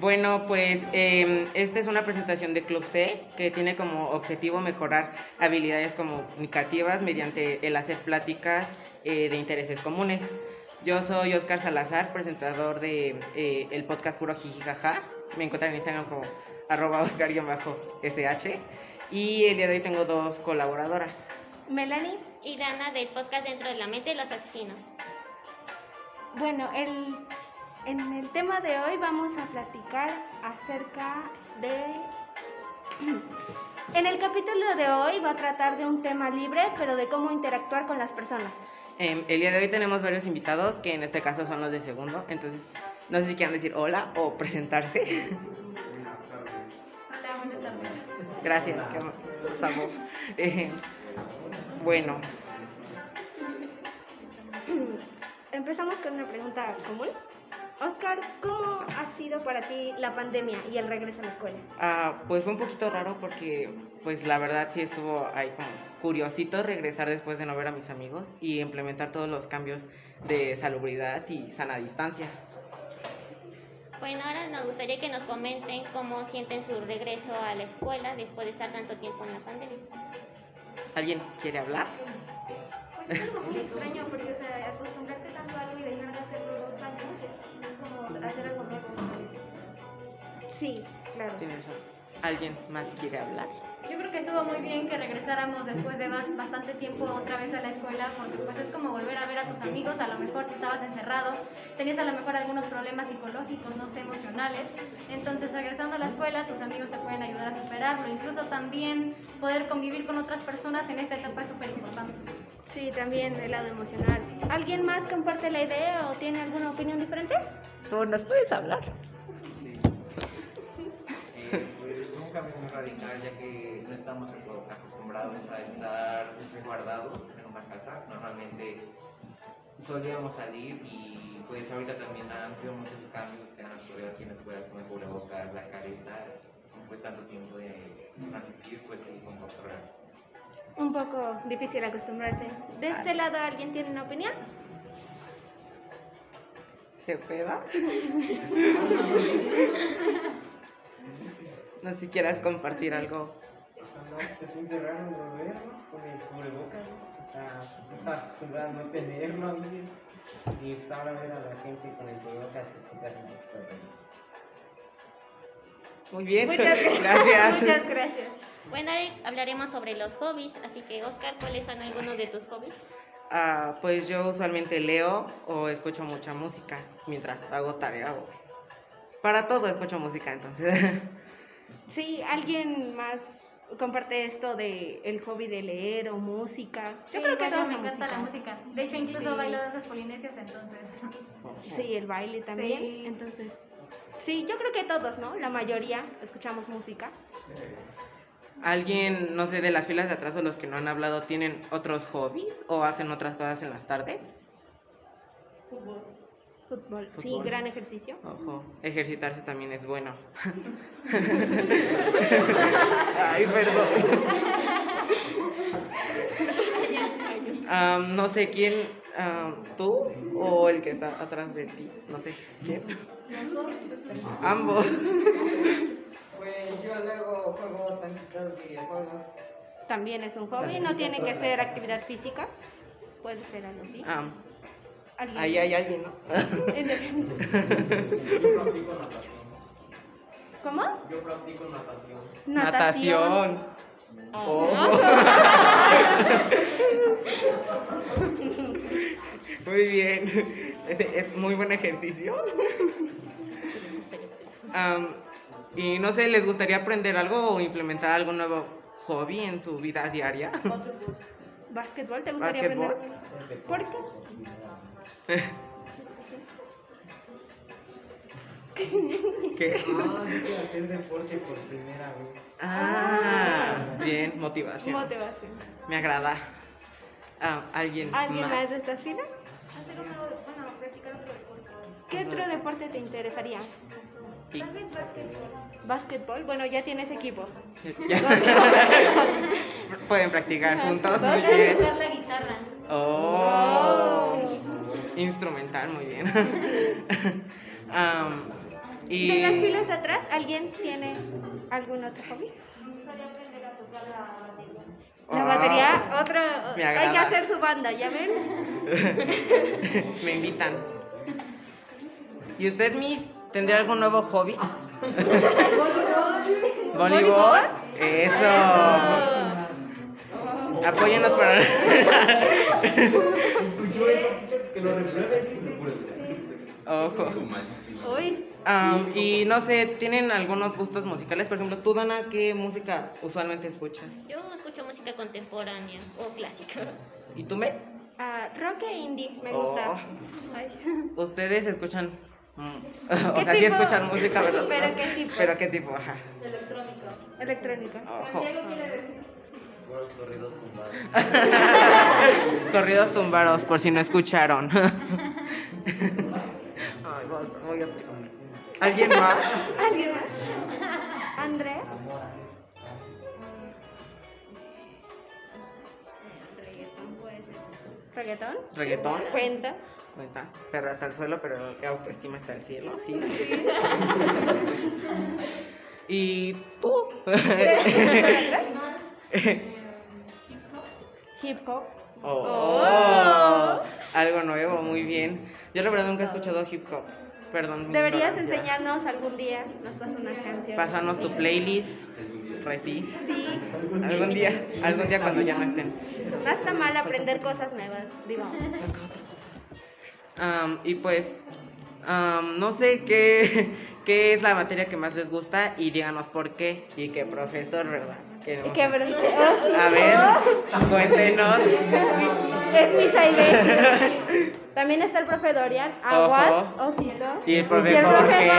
Bueno, pues eh, esta es una presentación de Club C que tiene como objetivo mejorar habilidades comunicativas mediante el hacer pláticas eh, de intereses comunes. Yo soy Oscar Salazar, presentador de eh, el podcast Puro Jijijaja. Me encuentran en Instagram como arroba Oscar-SH. Y el día de hoy tengo dos colaboradoras. Melanie. y Dana del podcast Dentro de la Mente de los Asesinos. Bueno, el, en el tema de hoy vamos a platicar acerca de... En el capítulo de hoy va a tratar de un tema libre, pero de cómo interactuar con las personas. Em, el día de hoy tenemos varios invitados, que en este caso son los de segundo. Entonces, no sé si quieran decir hola o presentarse. Hola, buenas tardes. Gracias, qué am- sabor. Eh, bueno, Empezamos con una pregunta común. Oscar, ¿cómo ha sido para ti la pandemia y el regreso a la escuela? ah, pues fue un poquito raro porque, pues la verdad sí estuvo ahí como curiosito regresar después de no ver a mis amigos y implementar todos los cambios de salubridad y sana distancia. Bueno, ahora nos gustaría que nos comenten cómo sienten su regreso a la escuela después de estar tanto tiempo en la pandemia. ¿Alguien quiere hablar? Pues es algo muy extraño porque, o sea, acostumbrarte tanto a algo y dejar de hacerlo dos años es como hacer algo nuevo. Sí, claro. Tiene razón. ¿Alguien más quiere hablar? Yo creo que estuvo muy bien que regresáramos después de bas- bastante tiempo otra vez a la escuela porque pues es como volver a ver a tus amigos, a lo mejor si estabas encerrado, tenías a lo mejor algunos problemas psicológicos, no sé, emocionales. Entonces regresando a la escuela tus amigos te pueden ayudar a superarlo, incluso también poder convivir con otras personas en esta etapa es súper importante. Sí, también del lado emocional. ¿Alguien más comparte la idea o tiene alguna opinión diferente? ¿Tú nos puedes hablar? Eh, pues fue un cambio muy radical ya que no estamos aco- acostumbrados a estar guardados en una casa. Normalmente solíamos salir y pues ahorita también han sido muchos cambios que han ocurrido aquí en la escuela como el cubrebocas, la careta, pues tanto tiempo de asistir pues sí con controlar. Un poco difícil acostumbrarse. ¿De este lado alguien tiene una opinión? ¿Se peda? no sé si quieras compartir algo. No, pues, se siente raro volverlo con el cubrebocas, ¿no? o sea, no estaba acostumbrado a no tenerlo, amigo. Y pues ahora ver a la gente con el cubrebocas se siente así un poquito raro. Muy bien. Muchas Gracias. Muchas gracias. Bueno, ahora hablaremos sobre los hobbies, así que Oscar, ¿cuáles son algunos de tus hobbies? Ah, pues yo usualmente leo o escucho mucha música mientras hago tarea o... Para todo escucho música, entonces. Sí, ¿alguien más comparte esto de el hobby de leer o música? Yo Sí, creo que igual todos me la encanta la música. De hecho, incluso Sí. bailo danzas polinesias entonces. Sí, el baile también. Sí. Entonces, sí, yo creo que todos, ¿no? La mayoría escuchamos música. ¿Alguien, no sé, de las filas de atrás o los que no han hablado, tienen otros hobbies o hacen otras cosas en las tardes? Fútbol. Sí, Fútbol. gran ejercicio. Ojo, ejercitarse también es bueno. Ay, perdón. Am, no sé quién, am, tú o el que está atrás de ti, no sé quién. Ambos. Pues yo luego juego tantitos videojuegos. También es un hobby, no tiene que ser actividad física. Puede ser algo así. Am, Alguien- ahí hay alguien, ¿no? Independiente. Yo practico natación. ¿Cómo? Yo practico natación. Oh. Muy bien. Ese es muy buen ejercicio. Am, y no sé, ¿les gustaría aprender algo o implementar algún nuevo hobby en su vida diaria? ¿Básquetbol? ¿Te gustaría ¿Básquetbol? aprender? ¿Por qué? ¿Qué? Ah, yo quiero hacer deporte por primera vez. Ah, bien, motivación. Motivación. Me agrada. Am, ¿Alguien, ¿Alguien más más? de estas filas? Hacer uno, bueno, practicar otro deporte. ¿Qué otro deporte te interesaría? Y- Tal vez básquetbol. ¿Básquetbol? Bueno, ya tienes equipo. Ya. Pueden practicar juntos. Muy Tal vez bien. tocar la guitarra. Oh, instrumental, muy bien. Am, Y... De las filas de atrás, ¿alguien tiene algún otro hobby? La Ah, batería, otra. me Hay que agrada. hacer su banda, ¿ya ven? Me invitan. ¿Y usted, Miss, tendrá algún nuevo hobby? ¿Voleibol? Eso. Apóyenos para... Escuchó eso, que lo repruebe, dice. Ojo. Uy, Am, y no sé, ¿tienen algunos gustos musicales? Por ejemplo, tú, Dana, ¿qué música usualmente escuchas? Yo escucho música contemporánea o clásica. ¿Y tú, me? ah, rock e indie me Oh. gusta. Ay. Ustedes escuchan... mm, o ¿Qué sea, sí tipo? escuchan música, ¿verdad? ¿Pero qué tipo? ¿Pero qué tipo? Ajá. Electrónica. Ojo. Puros corridos tumbados. Corridos tumbados, por si no escucharon. Ay, vos, voy a pegar. ¿Alguien más? ¿Alguien más? ¿André? ¿Reggaetón? ¿Reggaetón? ¿Cuenta? Cuenta. Perro hasta el suelo, pero la autoestima hasta el cielo, sí. ¿Y tú? ¿Hip hop? oh, algo nuevo, muy bien. Yo la verdad nunca he escuchado hip hop. Perdón. mi Deberías ignorancia. enseñarnos algún día, nos pasa una canción. Pásanos tu playlist. Pues sí. Sí, Algún día, algún día cuando ya no estén. no está mal aprender cosas nuevas, digo. Am, y pues, am, no sé qué, qué es la materia que más les gusta y díganos por qué y qué profesor, ¿verdad? Queremos Y que Oh. saber. bro- A ver, cuéntenos. Es mi Saibé. También está el profe Dorian. Aguas, Ojo. ojito. Y el profe Jorge.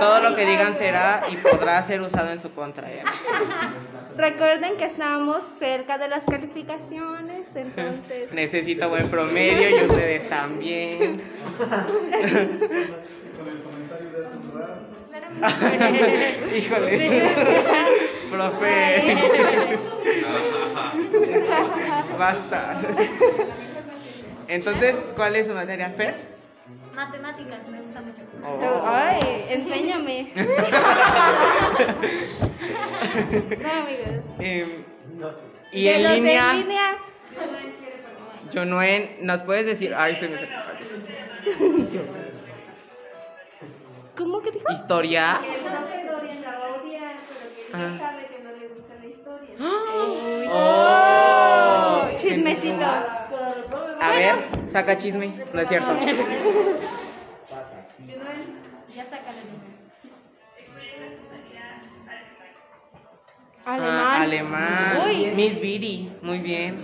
Todo lo que digan será y podrá ser usado en su contra. ¿eh? Recuerden que estamos cerca de las calificaciones, entonces. Necesito buen promedio y ustedes también. Con el comentario de hace un rato. Híjole, profe, basta. Entonces, ¿cuál es su materia, Fer? Matemáticas, me gusta mucho. Oh. Ay, enséñame. no, amigos. Em, No sé. y De en los de línea, línea, Jonuen, ¿nos puedes decir? Ay, se me sacó. ¿Cómo que dijo? Historia. Ah. ¡Ah! Oh. Chismecito. A ver, saca chisme. No es cierto. Ya sácalo. Ah, Alemán. alemán. Uy. Miss Viri, muy bien.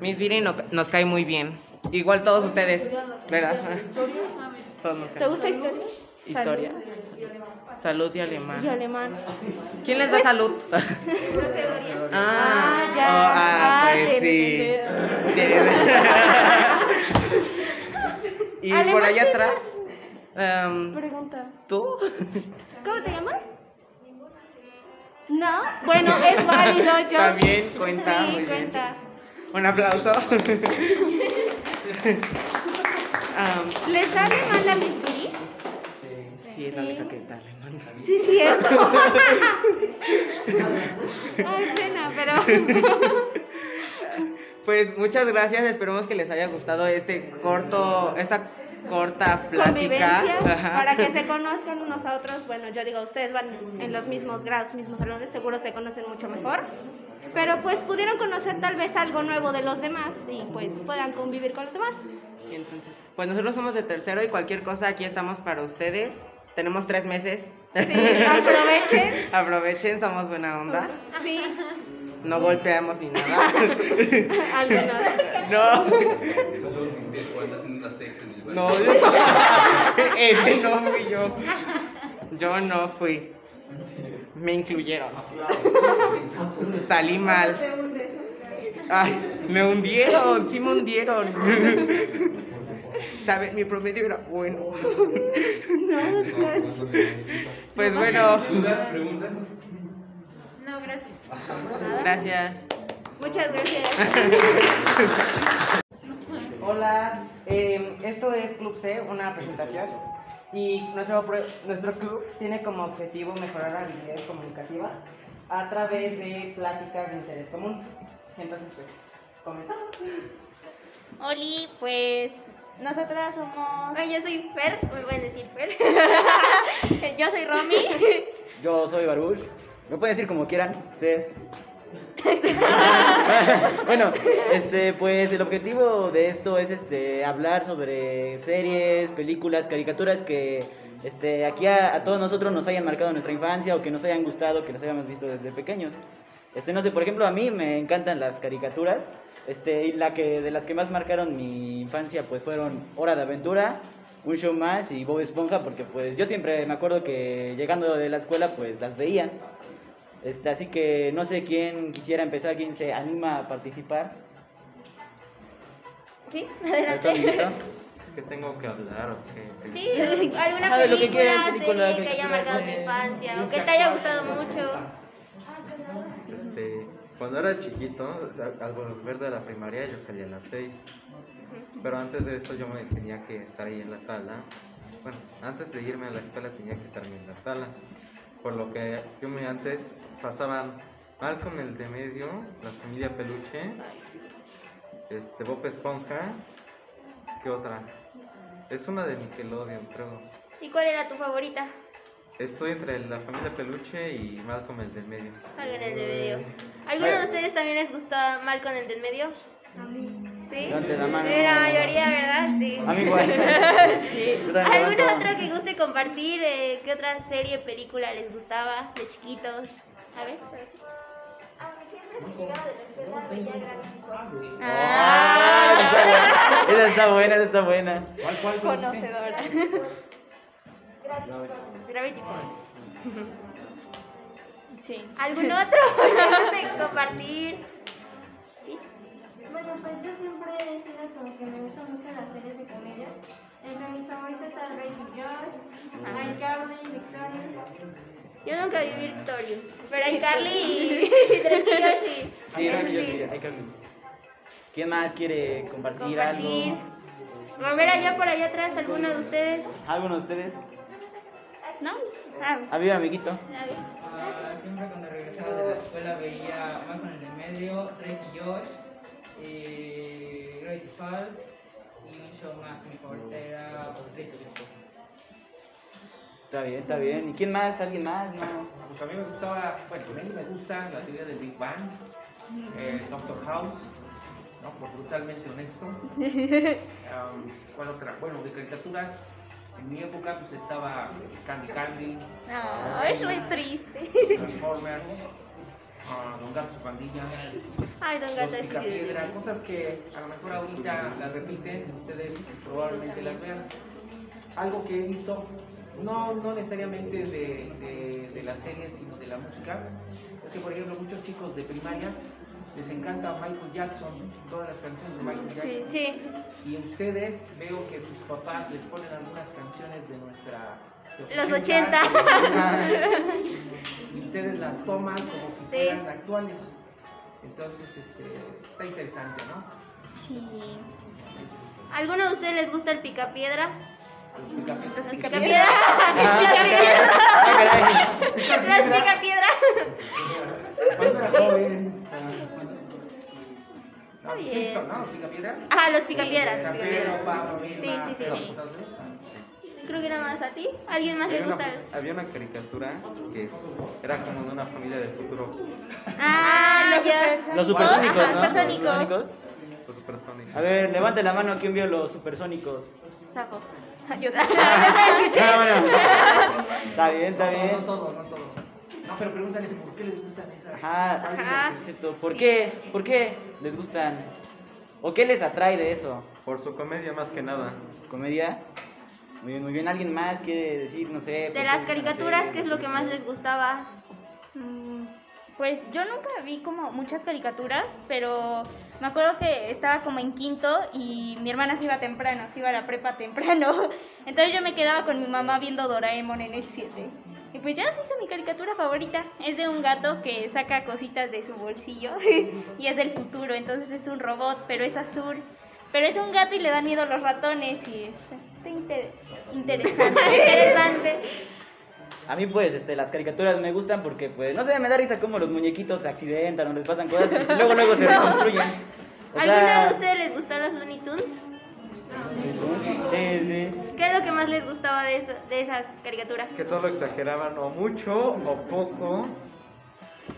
Miss Viri no- nos cae muy bien. Igual todos ustedes, ¿verdad? Todos nos ¿Te caen. gusta historia? Historia. Salud. Salud y Y alemán. alemán. ¿Quién les da salud? Ah, Ah, ya. oh, ah, Ah, pues sí. tiene Y Alemán por allá tiene- atrás, em, Pregunta. tú. ¿Cómo te llamas? No, bueno, es válido. Yo... También cuenta, Sí, muy bien. cuenta. Un aplauso. Em, Am, ¿Les da alemán a mis guris? sí, es la única que está alemán. Sí, cierto. Ay, pena, pero. Pues muchas gracias, esperemos que les haya gustado este corto, esta corta plática. Convivencia. Ajá. Para que se conozcan unos a otros. Bueno, yo digo, ustedes van en los mismos grados, mismos salones, seguro se conocen mucho mejor. Pero pues pudieron conocer tal vez algo nuevo de los demás y pues puedan convivir con los demás. Entonces, pues nosotros somos de tercero y cualquier cosa aquí estamos para ustedes. Tenemos tres meses. Sí, aprovechen. Aprovechen, somos buena onda. Sí, No golpeamos ni nada. algunos. no, Solo dice cuando hacen una secta en el baño. no. Ese no fui yo. Yo no fui. Me incluyeron. Salí mal. Ay, me hundieron, sí me hundieron. Saben, mi promedio era bueno. No, Pues bueno, ¿Dudas, preguntas? No, gracias. gracias. muchas gracias. em, Hola, eh, esto es Club C, una presentación Y nuestro, pro- nuestro club tiene como objetivo mejorar habilidades comunicativas a través de pláticas de interés común. Entonces, pues, comenzamos. Oli, pues nosotras somos. Ay, yo soy Fer, me pueden decir Fer. Yo soy Romy. Yo soy Baruch. Me pueden decir como quieran, ustedes. bueno, este, pues el objetivo de esto es este hablar sobre series, películas, caricaturas que este aquí a, a todos nosotros nos hayan marcado nuestra infancia o que nos hayan gustado, que las hayamos visto desde pequeños. Este, no sé, por ejemplo, a mí me encantan las caricaturas. Este, y la que de las que más marcaron mi infancia pues fueron Hora de Aventura, Un Show Más y Bob Esponja, porque pues yo siempre me acuerdo que llegando de la escuela pues las veía. Este, así que no sé quién quisiera empezar, quién se anima a participar. Sí, Antonio, ¿Qué tengo que hablar o qué? Sí, alguna Ah, de lo que película, quieras, película, serie que haya caricatura, marcado tu sí. infancia o que te haya gustado mucho. Este, cuando era chiquito, o sea, al volver de la primaria yo salía a las 6. Pero antes de eso yo me tenía que estar ahí en la sala. Bueno, antes de irme a la escuela tenía que estarme en la sala. Por lo que yo me antes pasaban mal con el de medio, la familia peluche, este Bob Esponja, ¿qué otra? Es una de Nickelodeon, creo. ¿Y cuál era tu favorita? Estoy entre la familia peluche y Malcolm el del medio. Alguien el de medio. ¿Alguno de ustedes también les gustaba mal con el del medio? Sí. Levante la mano. Sí, la mayoría, ¿verdad? Sí. A mí igual. Yo también ¿Alguna levanto. otra que guste compartir? Eh, ¿Qué otra serie, película les gustaba de chiquitos? A ver. por aquí. Ah, esa está buena, esa está buena. ¿Cuál, cuál? Conocedora. Gravity Falls. Sí. ¿Algún otro que guste compartir? Bueno, pues yo siempre he sido como que me gustan mucho las series de comedia. Entre mis favoritas está Drake y George, iCarly, Victoria. Yo nunca vi Victorious, pero hay Carly y y Drake y Yoshi. Sí, Eso no, yo sí. sí, hay que- ¿Quién más quiere compartir, Compartir. algo? A ver allá por allá atrás, ¿alguno de ustedes? ¿Alguno de ustedes? ¿No? Ah, ¿Ha habido amiguito? a ver. Ah, siempre cuando regresaba de la escuela veía Mal con el de medio, Drake y Josh, eh, Gravity Falls y un show más. Mi favorita era Drake y Josh. Está bien, está bien. ¿Y quién más? ¿Alguien más? No. Pues a mí me gustaba, bueno, a mí me gusta la teoría del Big Bang, el Doctor House, ¿no? Por brutalmente honesto. Am, ¿Cuál otra? Bueno, de caricaturas, en mi época pues estaba Candy Candy, Ay, soy triste. Transformers, ah, Don Gato y su pandilla, Ay, don Los Gato es cute. Picapiedra, cosas que a lo mejor ahorita las repiten, ustedes probablemente las vean. Algo que he visto, no, no necesariamente de, de, de las series, sino de la música, es que por ejemplo muchos chicos de primaria les encanta Michael Jackson, todas las canciones de Michael Jackson. Sí, Y ustedes veo que sus papás les ponen algunas canciones de nuestra... de Los 80. y ustedes las toman como si fueran actuales. Entonces, este, está interesante, ¿no? Sí. ¿Alguno de ustedes les gusta el picapiedra? Los picapiedras. Los picapiedra. Las Ah, caray. piedra. Las picapiedra. Cuando era joven. ah, Está ¿sí bien. son, Ah, pues ¿no? Los picapiedras. Ah, los picapiedras. los Chapero, picapiedra. Pablo Lima, Sí, sí, sí. pero, entonces, ah, Creo que era más a ti. ¿Alguien más le gusta? había una caricatura que era como de una familia del futuro, Ah, ya. Los supersónicos, Ajá, ¿no? supersónicos. Los supersónicos. los supersónicos. A ver, levante la mano quién vio los supersónicos. Sapo. Yo sé. Ah, bueno. Está bien, está No, no bien. todo, no todo. No, pero pregúntales por qué les gustan esas. Ajá, Ajá. es cierto. ¿Por qué? ¿Por qué les gustan? ¿O qué les atrae de eso? Por su comedia más que nada. ¿Comedia? Muy bien, muy bien. ¿Alguien más quiere decir, no sé? por De las qué les gustan caricaturas, las ¿qué es lo que más les gustaba? Mm, Pues yo nunca vi como muchas caricaturas, pero me acuerdo que estaba como en quinto y mi hermana se iba temprano, se iba a la prepa temprano. Entonces yo me quedaba con mi mamá viendo Doraemon en el 7. Y pues ya se hizo mi caricatura favorita. Es de un gato que saca cositas de su bolsillo y es del futuro, entonces es un robot, pero es azul. Pero es un gato y le dan miedo los ratones y este. resulta inter- interesante. A mí pues este las caricaturas me gustan porque pues no sé, me da risa cómo los muñequitos se accidentan o les pasan cosas y luego luego se No. reconstruyen. O ¿Alguna de sea, ustedes les gustó los Looney Tunes? Tele, ¿Qué es lo que más les gustaba de, eso- de esas caricaturas? que todo lo exageraban o mucho o poco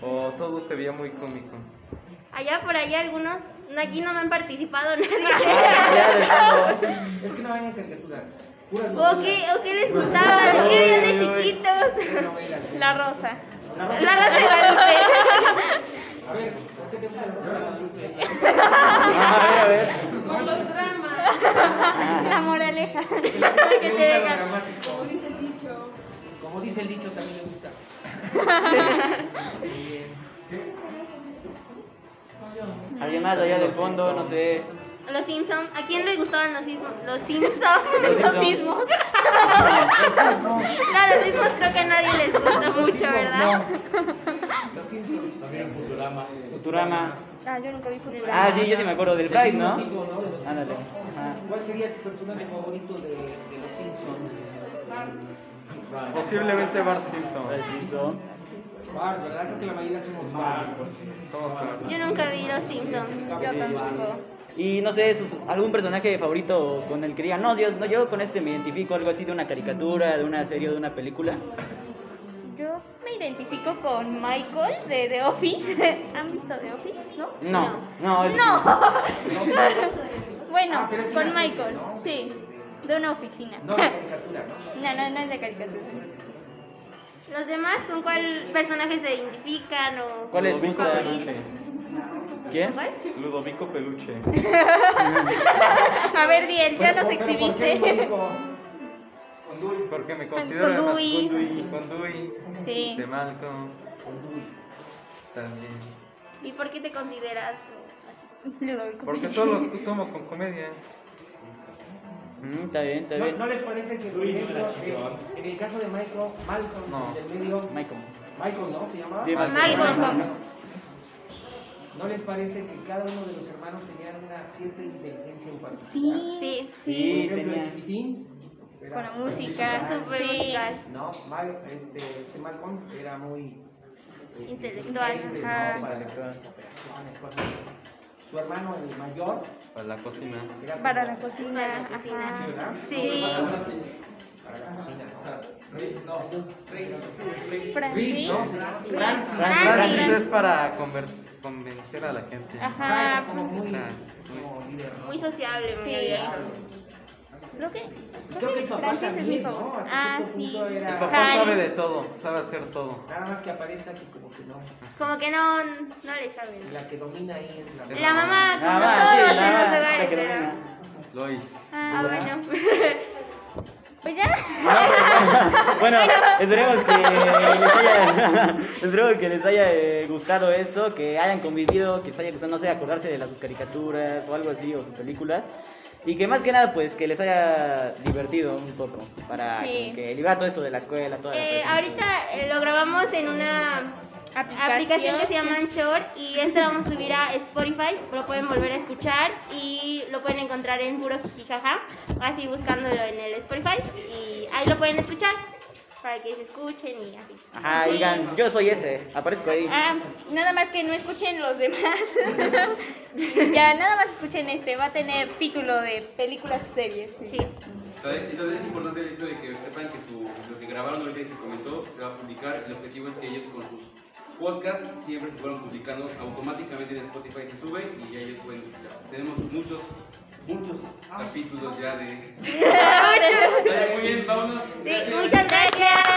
o todo se veía muy cómico. Allá por allá algunos, no, aquí no me han participado ya, nadie. Es que no vengan caricaturas. ¿O qué, o qué les gustaba? ¿De qué eran de chiquitos? La rosa. La Rosa de Guadalupe. A ver, ¿por qué te gusta la a ver. Por los dramas. La moraleja. Que te dejan. Como dice el dicho. Como dice el dicho, también le gusta. Alguien más allá del fondo, no sé. Los Simpsons. ¿A quién les gustaban los sismos? Los Simpsons. Los Los Simpson. sismos. No, los sismos creo que a nadie les gusta mucho, ¿verdad? También en Futurama. Futurama. Ah, yo nunca vi Futurama. Ah, sí, yo sí me acuerdo del Pride, ¿no? Ándale. Ajá. ¿Cuál sería tu personaje favorito de, de los Simpsons? Bart. Posiblemente Bar Simpson. Bar Simpson. Bart, ¿verdad? Creo que la mayoría somos Bart. Somos Bart. Yo nunca vi los Simpsons. Yo tampoco. Y no sé, sus- algún personaje favorito con el que digan, no, Dios, no, yo con este me identifico, algo así de una caricatura, de una serie, o de una película. Yo me identifico con Michael de The Office. ¿Han visto The Office? ¿No? No, no, es- No. bueno, con Michael, sí. De una oficina. No, No, la caricatura, ¿no? no, no es de caricatura. ¿Los demás con cuál personaje se identifican o ¿Cuál les gusta? favoritos? ¿Quién? ¿Con cuál? Ludovico Peluche. A ver, Diel, ya nos exhibiste. Porque me considero además- Dewey. Dewey, con Dewey, sí. de Malcolm, también. ¿Y por qué te consideras? Ludovico Porque Pichi. solo tomo con comedia. Mm, está bien, está ¿No, bien. ¿No les parece que, por ejemplo, en- en el caso de Michael, Malcolm, No. del medio, Michael. Michael, ¿no? ¿Se llamaba? Sí, Malcolm. ¿No les parece que cada uno de los hermanos tenían una cierta inteligencia en particular? Sí. Sí, Por Sí, ejemplo, el tenía. chiquitín. era Con la música, musical, súper Sí. musical. No, Mal, este, este Malcolm era muy eh, Intelectual, inteligente, ajá. ¿no? Para las operaciones, cosas así. Su hermano, el mayor, Para la cocina. era como- Para la cocina. Para la cocina. ajá. Sí, ¿verdad? Sí. Para la para la cocina, ¿no? Riz, no. Riz, Francis. ¿no? Francis. Francis, Francis. Francis es para conver- convencer a la gente. Ajá. Como muy, Ah, como líder, ¿no? muy sociable, muy Sí. abierto. Creo que, Creo que el papá Francis es mi también, ¿no? favorito. Hasta Ah, cierto sí. punto era- El Ajá. papá sabe de todo, sabe hacer todo. Nada más que aparenta que como que no. Como que no, no le saben. Y la que domina ahí es la La La mamá, como Nada más, todos Ah, sí, en nada los más, hogares, para que lo pero... vean. Lois. Ah, Ah, bueno. bueno. Pues ya. Bueno, esperemos que les haya, esperemos que les haya eh, gustado esto, que hayan convivido, que les haya gustado, no sé, acordarse de las sus caricaturas o algo así, o sus películas. Y que más que nada, pues, que les haya divertido un poco para Sí. como que librar todo esto de la escuela, toda la Eh, prepa. ahorita eh, lo grabamos en una Aplicación. aplicación, que se llama Anchor y este lo vamos a subir a Spotify, lo pueden volver a escuchar y lo pueden encontrar en puro jijijaja, así buscándolo en el Spotify y ahí lo pueden escuchar para que se escuchen y así. Ajá, digan, yo soy ese, aparezco ahí. Ah, nada más que no escuchen los demás. ya, nada más escuchen este. Va a tener título de películas y series. sí. Sí. También- Y también es importante el hecho de que sepan que su- lo que grabaron ahorita y se comentó se va a publicar. El objetivo es que ellos con sus podcasts siempre se fueron publicando automáticamente en Spotify se sube y ya ellos pueden escuchar. Tenemos muchos, muchos capítulos ya de... Vaya, muy bien, vámonos. Sí, Gracias. muchas gracias.